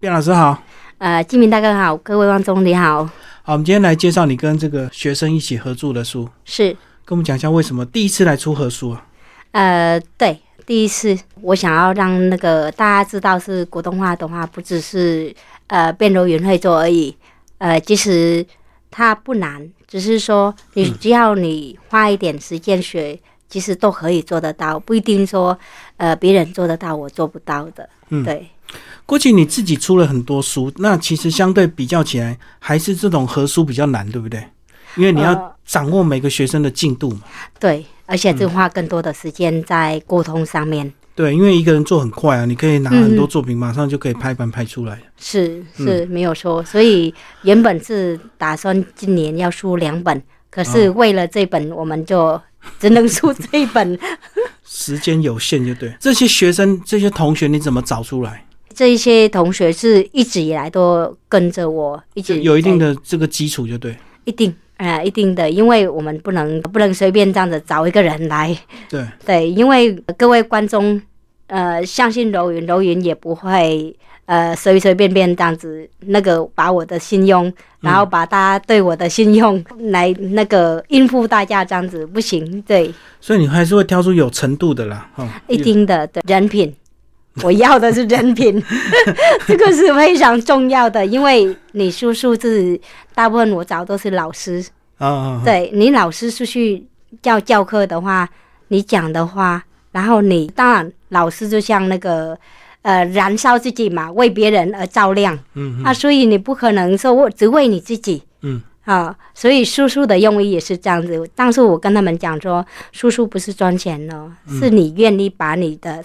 卞老师好，呃，金明大哥好，各位观众你好，好，我们今天来介绍你跟这个学生一起合著的书，是跟我们讲一下为什么第一次来出合书啊？呃，对，第一次我想要让那个大家知道是国动画的话，不只是呃变柔原会做而已，呃，其实它不难，只是说你只要你花一点时间学，其实都可以做得到，不一定说呃别人做得到我做不到的，嗯对，过去你自己出了很多书，那其实相对比较起来，还是这种合书比较难，对不对？因为你要呃掌握每个学生的进度嘛。对，而且这花更多的时间在沟通上面，对，因为一个人做很快啊，你可以拿嗯很多作品，马上就可以拍板拍出来。是是嗯没有错，所以原本是打算今年要出两本，可啊是为了这本，我们就只能出这一本。 时间有限，就对。这些学生、这些同学，你怎么找出来？这一些同学是一直以来都跟着我，一就直有一定在的这个基础，就对。一定呃一定的，因为我们不能不能随便这样子找一个人来，对，对，因为各位观众呃相信柔云，柔云也不会。呃，随随便便这样子，那个把我的信用，然后把大家对我的信用来那个应付大家，这样子不行，对，所以你还是会挑出有程度的啦。哈、一定的，对，人品，我要的是人品，这个是非常重要的，因为你叔叔是大部分我找都是老师，啊啊，啊对你老师出去教教课的话，你讲的话，然后你当然老师就像那个呃燃烧自己嘛，为别人而照亮、嗯啊，所以你不可能说我只为你自己嗯，啊，所以叔叔的用意也是这样子。当时我跟他们讲说，叔叔不是赚钱哦，嗯是你愿意把你的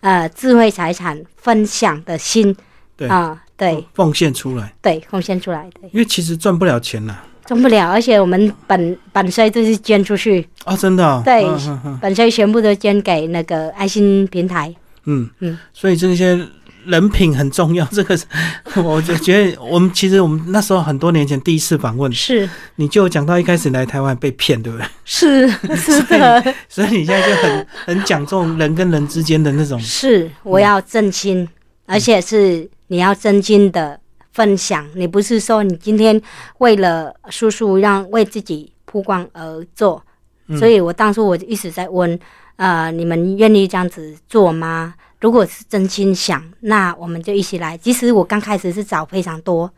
呃智慧财产分享的心对嗯啊，对奉奉献出来，对，贡献出来，对，因为其实赚不了钱啦。中不了，而且我们本本身就是捐出去。啊，真的、哦，对嗯嗯嗯本身全部都捐给那个爱心平台。嗯，嗯所以这些人品很重要。 这个是，我就觉得我们其实我们那时候很多年前第一次访问，是你就有讲到一开始来台湾被骗，对不 对？ 是是的，所以你现在就很很讲这种人跟人之间的那种，是我要真心，而且是你要真心的分享，你不是说你今天为了叔叔让为自己曝光而做。所以我当初我一直在问，呃，你们愿意这样子做吗？如果是真心想，那我们就一起来。其实我刚开始是找非常多，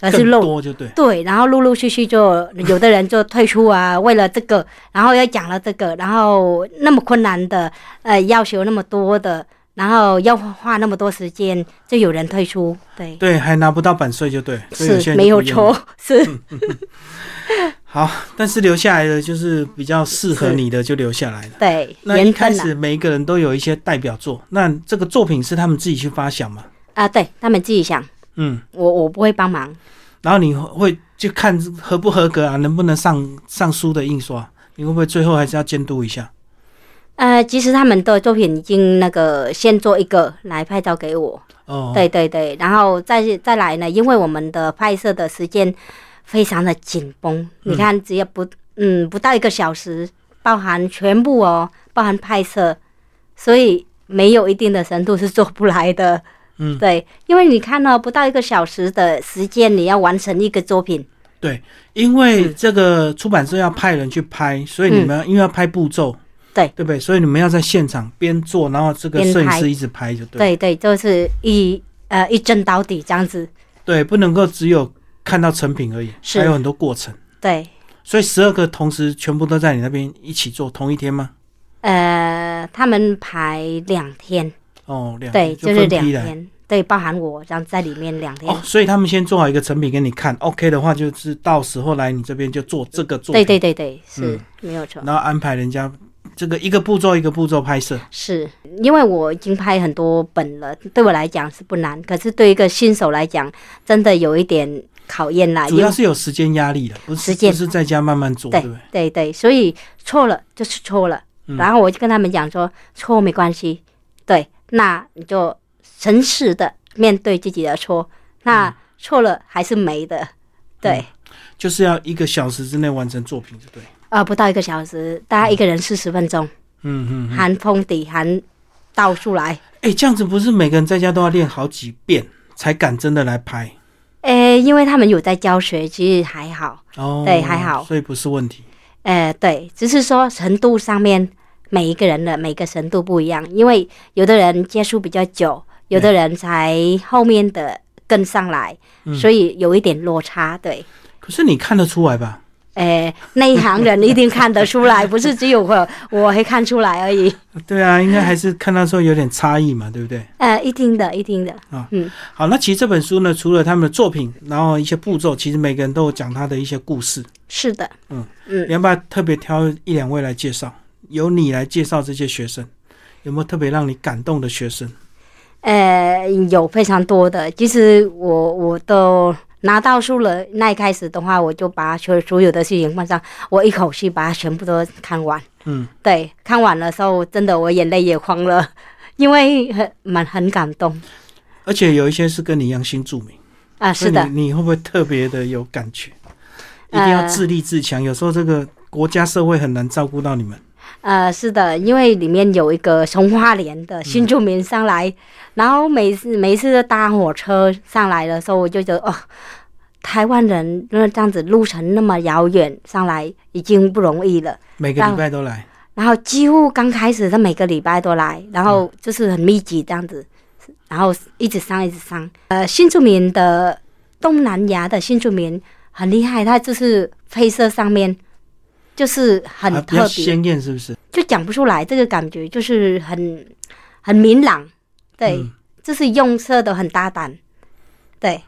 可是更漏多就对。对，然后陆陆续续就有的人就退出啊，为了这个，然后又讲了这个，然后那么困难的，呃，要求那么多的，然后要花那么多时间，就有人退出，对，对，还拿不到版税就对，所以有些是人没就有不用了。错，是好，但是留下来的就是比较适合是你的就留下来了。对，那一缘开分啊，始每一个人都有一些代表作，那这个作品是他们自己去发想嘛？啊，对他们自己想，嗯，我我不会帮忙，然后你会就看合不合格啊，能不能上上书的印刷，啊你会不会最后还是要监督一下？呃，其实他们的作品已经那个先做一个来拍照给我，哦，对对对，然后再再来呢，因为我们的拍摄的时间非常的紧绷，你看只要不嗯不到一个小时，包含全部哦，包含拍摄，所以没有一定的深度是做不来的。嗯，对，因为你看哦呢、不到一个小时的时间，你要完成一个作品，因为这个出版社要派人去拍，所以你们要因为要拍步骤，嗯对对不对？所以你们要在现场边做，然后这个摄影边拍师一直拍就对，对对，就是一呃一针到底这样子，对，不能够只有看到成品而已，是还有很多过程。对，所以十二个同时全部都在你那边一起做同一天吗？呃，他们排两天，哦，两对，天就就是分两批来。天，对，包含我这样在里面两天。哦，所以他们先做好一个成品给你看，OK 的话，就是到时候来你这边就做这个作对品，对对对，是、嗯没有错，然后安排人家这个一个步骤一个步骤拍摄，是因为我已经拍很多本了，对我来讲是不难，可是对一个新手来讲，真的有一点考验啦。主因要为是有时间压力的，不是啊时间不是在家慢慢做，对对不对？对对，所以错了就是错了，嗯然后我就跟他们讲说，错没关系，对，那你就诚实的面对自己的错，嗯那错了还是没的，对。就是要一个小时之内完成作品，对不对？呃，不到一个小时，大概一个人四十分钟，嗯嗯，含封底，含倒数来，哎、这样子不是每个人在家都要练好几遍才敢真的来拍？诶、因为他们有在教学，其实还好。哦，对还好所以不是问题。呃，对，只是说程度上面每一个人的每个程度不一样，因为有的人接触比较久，有的人才后面的跟上来，嗯所以有一点落差。对，可是你看得出来吧？呃，内行人一定看得出来，不是只有我我会看出来而已。对啊，应该还是看到说有点差异嘛，对不对？呃，一定的，一定的。好，那其实这本书呢，除了他们的作品，然后一些步骤，其实每个人都有讲他的一些故事。是的，嗯嗯，你要不要特别挑一两位来介绍？由你来介绍这些学生，有没有特别让你感动的学生？呃，有非常多的。其实我我都拿到书了，那一开始的话，我就把所所有的事情放上，我一口气把它全部都看完。嗯，对，看完的时候，真的我眼泪也眶了，因为很蛮很感动而且有一些是跟你一样新著名，啊。所是以的，你你会不会特别的有感觉？一呃定要自立自强，有时候这个国家社会很难照顾到你们。呃，是的，因为里面有一个从花莲的新住民上来，然后每次每次都搭火车上来的时候，我就觉得哦，台湾人那这样子路程那么遥远上来已经不容易了。每个礼拜都来，然后几乎刚开始他每个礼拜都来，然后嗯就是很密集这样子，然后一直上一直上。呃，新住民的东南亚的新住民很厉害，他就是配色上面就是很啊比较特别，鲜艳，是不是？就讲不出来这个感觉，就是很很明朗，对，嗯就是用色都很大胆，对，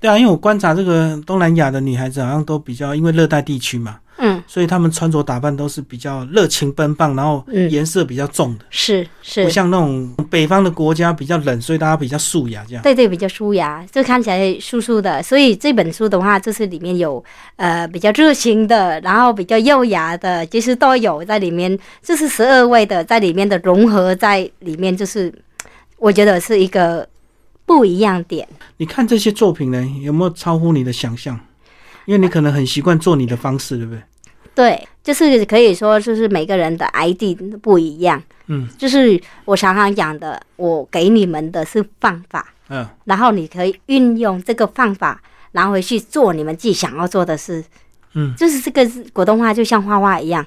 对啊，因为我观察这个东南亚的女孩子，好像都比较因为热带地区嘛，嗯，所以她们穿着打扮都是比较热情奔放，然后嗯颜色比较重的，是是不，像那种北方的国家比较冷，所以大家比较素雅这样。对对，比较舒雅，就看起来舒舒的。所以这本书的话，就是里面有呃比较热情的，然后比较优雅的，其实都有在里面。就是十二位的在里面的融合在里面，就是我觉得是一个不一样点。你看这些作品呢，有没有超乎你的想象？因为你可能很习惯做你的方式，对不对？对，就是可以说，就是每个人的 ID 不一样。嗯，就是我常常讲的，我给你们的是方法，嗯，然后你可以运用这个方法，拿回去做你们自己想要做的事。嗯，就是这个果冻花就像画画一样，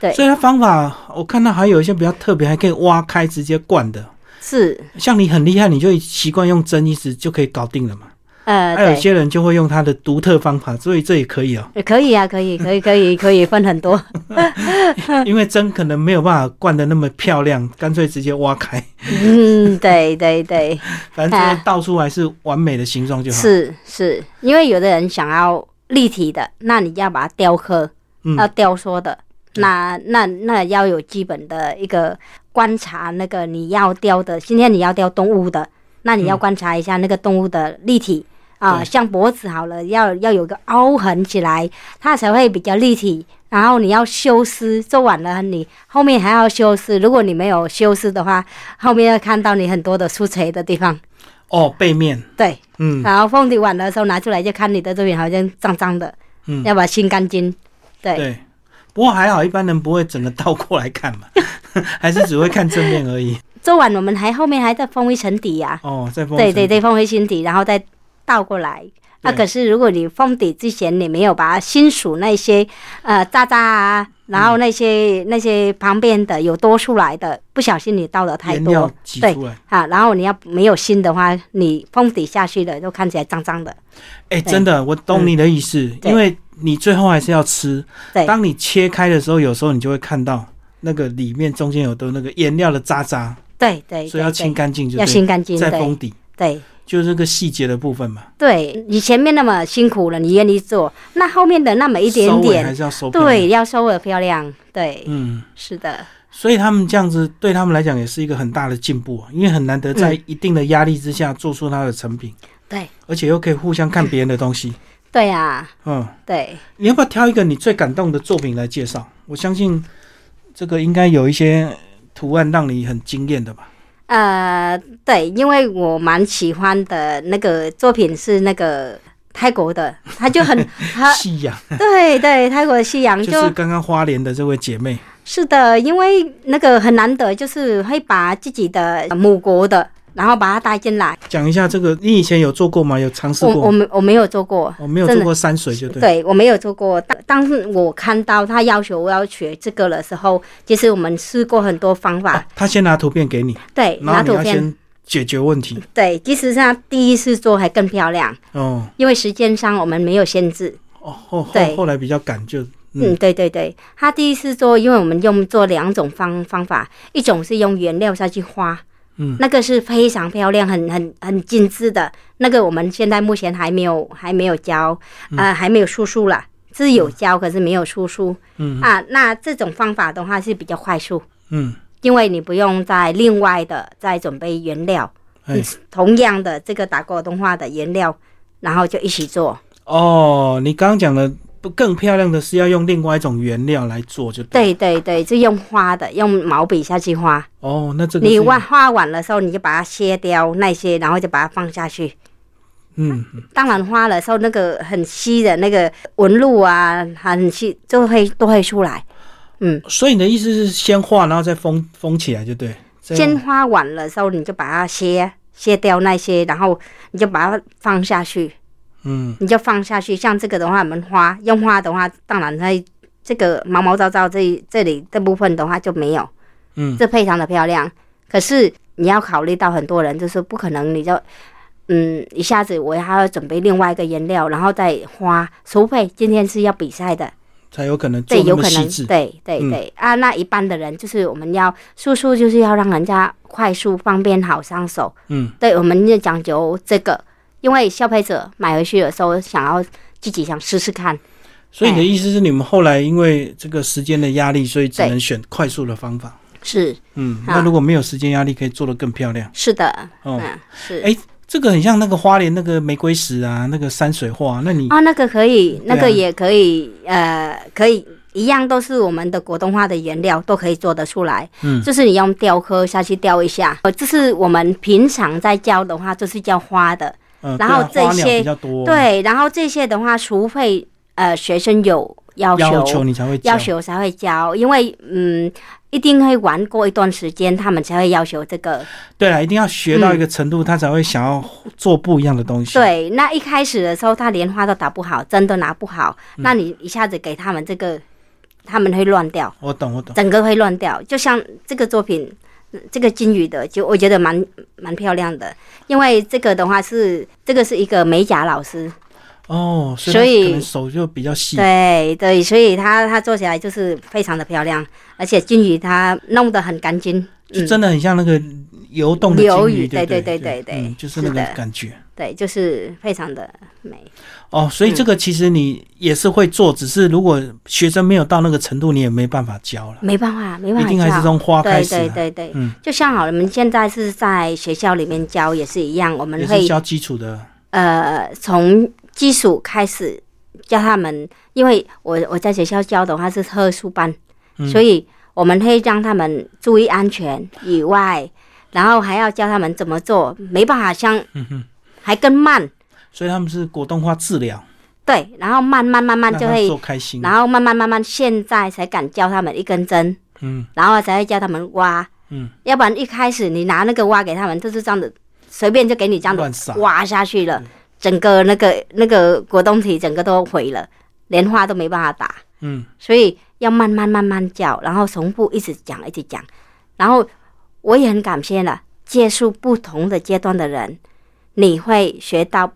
对所以它方法我看到还有一些比较特别，还可以挖开直接灌的。是像你很厉害，你就习惯用针一直就可以搞定了嘛。呃，还有对，些人就会用他的独特方法，所以这也可以 哦，可以啊，可以，可以，可 以，可以分很多。嗯因为针可能没有办法灌的那么漂亮，干脆直接挖开，嗯，对对对，反正最后倒出来是完美的形状就好。，啊是是，因为有的人想要立体的，那你要把它雕刻，嗯要雕塑的，那那那要有基本的一个观察，那个你要雕的，今天你要雕动物的，那你要观察一下那个动物的立体。啊，对像脖子好了，要要有个凹痕起来，它才会比较立体。然后你要修饰，做完了你后面还要修饰。如果你没有修饰的话，后面要看到你很多的出锤的地方。哦，背面，对，嗯，然后凤梨碗的时候拿出来，就看你的作品好像脏脏的，嗯要把它清干净。对，对。不过还好，一般人不会整个倒过来看嘛， 还是只会看正面而已。做完我们还后面还再封一层底呀、哦，再封对神对对，封一层底，然后再倒过来。啊，对可是如果你封底之前你没有把它新数那些呃渣渣啊，然后那些、那些旁边的有多出来的，不小心你倒的太颜料多挤出来，啊，然后你要没有新的话，你封底下去的就看起来脏脏的。哎、对嗯真的，我懂你的意思，对因为你最后还是要吃。对当你切开的时候，有时候你就会看到那个里面中间有的那个颜料的渣渣，对对，所以要对对清干净就要对清干净，了，再对封底，对。就是这个细节的部分嘛。对你前面那么辛苦了，你愿意做，那后面的那么一收点尾还点，是要收漂亮对，，要收的漂亮，对，嗯，是的，所以他们这样子对他们来讲也是一个很大的进步啊，因为很难得在嗯一定的压力之下做出它的成品，对，而且又可以互相看别人的东西，对啊，嗯。对，你要不要挑一个你最感动的作品来介绍？我相信这个应该有一些图案让你很惊艳的吧？呃，对，因为我蛮喜欢的那个作品是那个泰国的，他 就很，他夕阳对对，泰国的夕阳就是刚刚花莲的这位姐妹，是的，因为那个很难得，就是会把自己的母国的然后把它带进来。讲一下这个，你以前有做过吗？有尝试我过我吗？没我没有做过，我没有真做的过山水，就对。对我没有做过。但但是我看到他要求我要学这个的时候，其实我们试过很多方法，哦他先拿图片给你，对，然后哎拿你图要片，先解决问题。对，其实上第一次做还更漂亮，哦因为时间上我们没有限制。哦后后对后来比较赶就嗯嗯，对对对，他第一次做，因为我们用做两种方方法，一种是用原料下去画，嗯，那个是非常漂亮，很很很精致的，那个我们现在目前还没有还没有教，嗯呃，还没有输出啦，是有教，可是没有输出，嗯啊，那这种方法的话是比较快速，嗯因为你不用再另外的再准备原料，哎同样的这个打过动画的原料，然后就一起做，哦，你刚刚讲的不更漂亮的是要用另外一种原料来做，就对。对对对，就用画的，用毛笔下去画。哦，那这个你是画画完的时候，你就把它切掉那些，然后就把它放下去。嗯当然，花的时候那个很稀的那个纹路啊，很稀就会都会出来。嗯，所以你的意思是先画，然后再封封起来，就对。这样先花完了时候，你就把它切切掉那些，然后你就把它放下去，嗯你就放下去。像这个的话，我们花用花的话，当然它这个毛毛躁躁这这里这部分的话就没有，嗯这非常的漂亮。可是你要考虑到很多人，就是不可能你就，嗯，一下子我还要准备另外一个原料，然后再花，除非今天是要比赛的，才有可能做对，那有么可细能，致。对对嗯对、啊，那一般的人就是我们要速速，就是要让人家快速方便好上手，嗯对，我们就讲究这个，因为消费者买回去的时候想要自己想试试看，所以你的意思是，你们后来因为这个时间的压力，所以只对能选快速的方法。是嗯，啊那如果没有时间压力，可以做得更漂亮。是的，哦，嗯，是。哎这个很像那个花莲那个玫瑰石啊，那个山水画。那你啊，那个可以，那嗯对啊个也可以，呃，可以一样都是我们的果冻花的原料，都可以做得出来。嗯就是你用雕刻下去雕一下，呃，这是我们平常在教的话，就是教花的。呃，嗯然后对啊花鸟这些比较多，，对，然后这些的话，除非呃学生有要求，要求你才会教要求才会教，因为嗯，一定会玩过一段时间，他们才会要求这个。对啊了，一定要学到一个程度，他才会想要做不一样的东西。，嗯对，那一开始的时候，他连花都打不好，针都拿不好，嗯那你一下子给他们这个，他们会乱掉。我懂，我懂。整个会乱掉。就像这个作品，嗯这个金鱼的，就我觉得蛮蛮漂亮的，因为这个的话是这个是一个美甲老师，哦，所以所以可能手就比较细。对对，所以他他做起来就是非常的漂亮，而且金鱼它弄得很干净，就嗯，真的很像那个游动的流鲸鱼对对对对对对对嗯就是那是个的感觉对，就是非常的美。哦。所以这个其实你也是会做，只是如果学生没有到那个程度，你也没办法教了，没办法，没办一法定嗯还是教。从花开对始对啊，对对，嗯就像好了，我们现在是在学校里面教也是一样，我们也会是教基础的。呃，从基础开始教他们，因为我我在学校教的话是特殊班，嗯所以我们会让他们注意安全以外，然后还要教他们怎么做，没办法像，嗯还更慢，所以他们是果冻花治疗，对，然后慢慢慢慢让就他会，做嗯开心。然后慢慢慢慢，现在才敢教他们一根针，嗯然后才会教他们挖，嗯，要不然一开始你拿那个挖给他们，就是这样子，随便就给你这样子乱撒嗯挖下去了，整个那个那个果冻体整个都毁了，连花都没办法打，嗯，所以要慢慢慢慢教，然后重复一直讲一直讲，然后我也很感谢了，接触不同的阶段的人，你会学到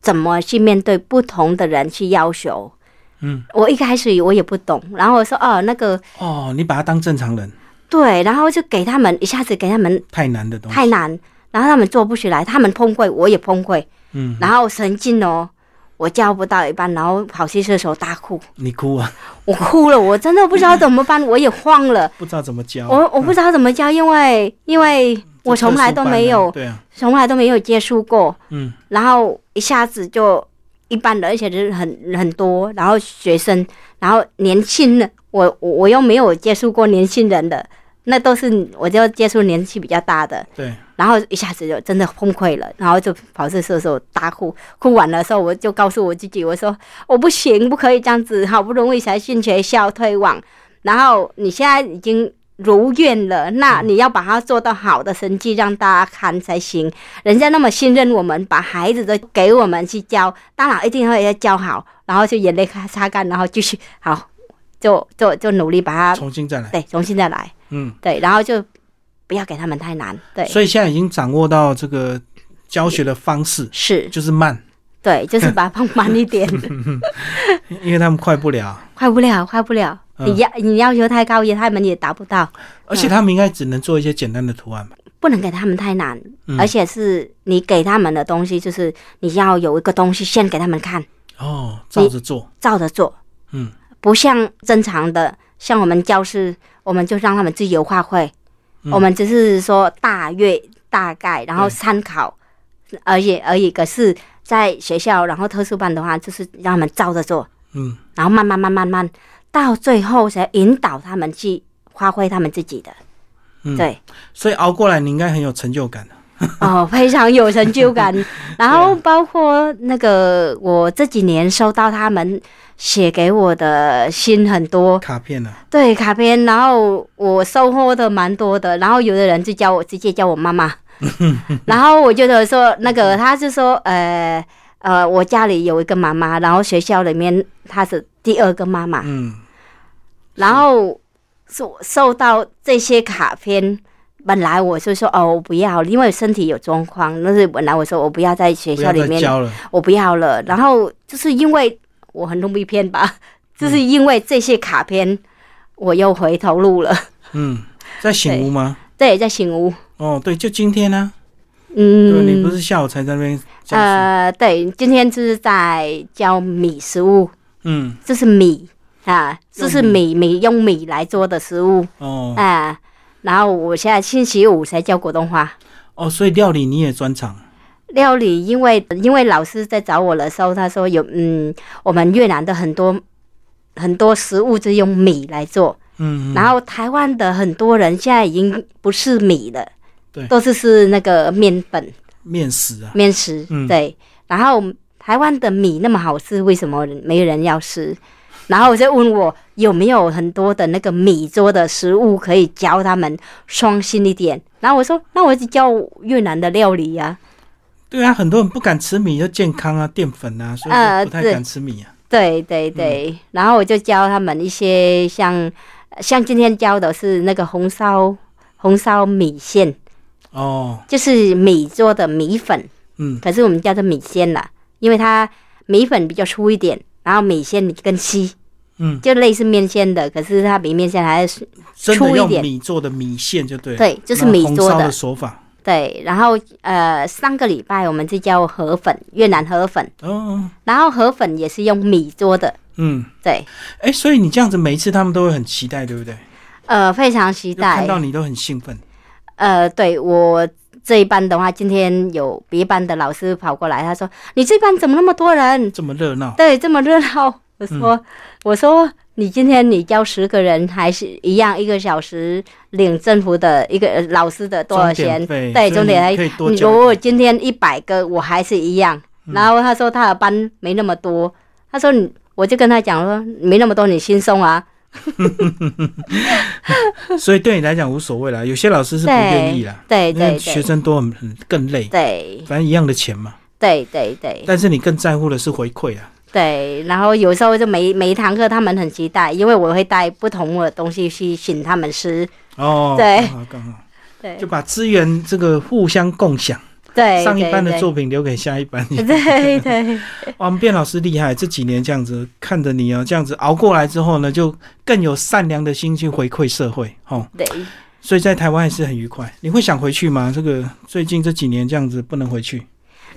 怎么去面对不同的人去要求。嗯，我一开始我也不懂，然后我说哦那个哦，你把它当正常人，对，然后就给他们一下子给他们太难的东西。太难，然后他们做不起来，他们崩溃，我也崩溃，嗯，然后神经哦，我叫不到一半，然后跑去厕所大哭，你哭啊， 我哭了，我真的不知道怎么办，我也慌了，不知道怎么教。我我不知道怎么教，因为因为我这特从来殊都班没啊有，对啊，从来都没有接触过，嗯然后一下子就一般的，而且就是很很多，然后学生，然后年轻的，我我我又没有接触过年轻人的，那都是我就接触年纪比较大的，对，然后一下子就真的崩溃了，然后就跑去厕所大哭，哭完的时候我就告诉我自己，我说我不行，不可以这样子，好不容易才进学校推广，然后你现在已经如愿了，那你要把它做到好的成绩让大家看才行。人家那么信任我们，把孩子都给我们去教，当然一定会要教好，然后就眼泪擦干，然后继续好，就就就努力把它重新再来，对重新再来，嗯，对，然后就不要给他们太难，对，所以现在已经掌握到这个教学的方式，是，就是慢，对，就是把它放慢 一点，因为他们快不了，快不了，快不了，嗯你要你要求太高也他们也达不到，而且他们应该只能做一些简单的图案吧？不能给他们太难，嗯而且是你给他们的东西，就是你要有一个东西先给他们看，哦，照着做，照着做，嗯，不像正常的，像我们教室，我们就让他们自由发挥，嗯我们只是说大约大概，然后对参考，而已而已。可是在学校，然后特殊班的话，就是让他们照着做，嗯，然后慢慢慢慢慢，到最后才引导他们去发挥他们自己的，嗯对。所以熬过来你应该很有成就感的，哦，非常有成就感。然后包括那个，我这几年收到他们写给我的信很多，卡片啊了，对卡片，然后我收获的蛮多的。然后有的人就叫我直接叫我妈妈，然后我就得说那个，他是说呃呃，我家里有一个妈妈，然后学校里面她是第二个妈妈，嗯，然后受受到这些卡片，本来我是说哦，我不要，因为身体有状况，但是本来我说我不要在学不校要里再面，教了，我不要了。然后就是因为我很容易骗吧，就是因为这些卡片，我又回头路了。 嗯，在醒悟吗？这也在醒悟，哦，对，就今天呢、对你不嗯，是下午才在那边教书，呃，对，今天就是在教米食物，嗯，这是米啊，这是用米米用米来做的食物哦啊。然后我现在星期五才教果冻花。哦，所以料理你也专长，料理，因为因为老师在找我的时候，他说有嗯，我们越南的很多很多食物是用米来做，嗯，嗯然后台湾的很多人现在已经不是米了，对都是是那个面粉面食啊，面食，嗯对。然后台湾的米那么好吃，为什么没人要吃？然后我就问我有没有很多的那个米做的食物可以教他们创新一点。然后我说，那我就教越南的料理呀、对啊，很多人不敢吃米，就健康啊，淀粉啊，所以呃就不太对敢吃米啊。对对对，嗯然后我就教他们一些像像今天教的是那个红烧红烧米线，哦，就是米做的米粉，嗯，可是我们叫它米线啦，因为它米粉比较粗一点，然后米线更稀，嗯，就类似面线的，可是它比面线还是真粗的一用点米做的米线就对了，对，就是那米红做烧的的手法。对。然后呃，上个礼拜我们就教河粉，越南河粉，哦，然后河粉也是用米做的，嗯，对，哎，所以你这样子每一次他们都会很期待，对不对？呃，非常期就待看。到你都很兴奋。呃，对我这一班的话，今天有别班的老师跑过来，他说：“你这班怎么那么多人？这么热闹，对，这么热闹。”我说：“嗯我说你今天你教十个人，还是一样一个小时领政府的一个呃老师的多少钱钟点？费对，所以重点你还可以多你教如果一点嗯今天一百个，我还是一样。”然后他说他的班没那么多，他说你。我就跟他讲说，没那么多，你轻松啊。所以对你来讲无所谓啦。有些老师是不愿意啦，对因为对学对生多很很更累，对反正一样的钱嘛。对对对。但是你更在乎的是回馈啊。对，然后有时候就每每一堂课他们很期待，因为我会带不同的东西去请他们吃。哦，对刚好刚好，对就把资源这个互相共享，对，上一班的对作品留给下一班。对对对哇，我们卞老师厉害，这几年这样子看着你哦，这样子熬过来之后呢，就更有善良的心去回馈社会，哦， 对，所以在台湾也是很愉快。你会想回去吗？这个最近这几年这样子不能回去，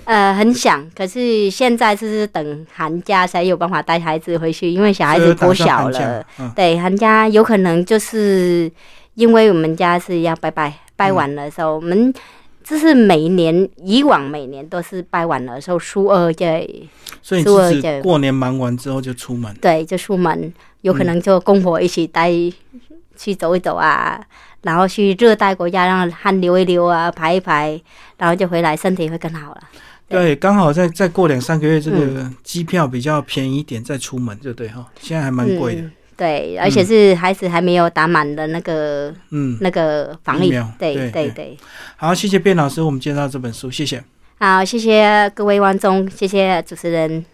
呃，很想，可是现在就是等寒假才有办法带孩子回去，因为小孩所以子有打多算小寒假了。，嗯，对，寒假有可能就是因为我们家是要拜拜，拜完的时候，我们就是每一年以往每年都是拜完的时候，初二就所以所以我你是就过年忙完之后就出门，对，就出门，有嗯可能就跟我一起带去走一走啊，然后去热带国家让汗流一流啊，排一排，然后就回来，身体会更好了。对嗯对，刚好再再过两三个月，这个机票比较便宜一点再出门，对不对哈？现在还蛮贵的，嗯。对，而且是孩子还没有打满的那个、嗯，那个防疫疫苗，对对对对对。好，谢谢卞老师，我们介绍这本书，谢谢。好，谢谢各位观众，谢谢主持人。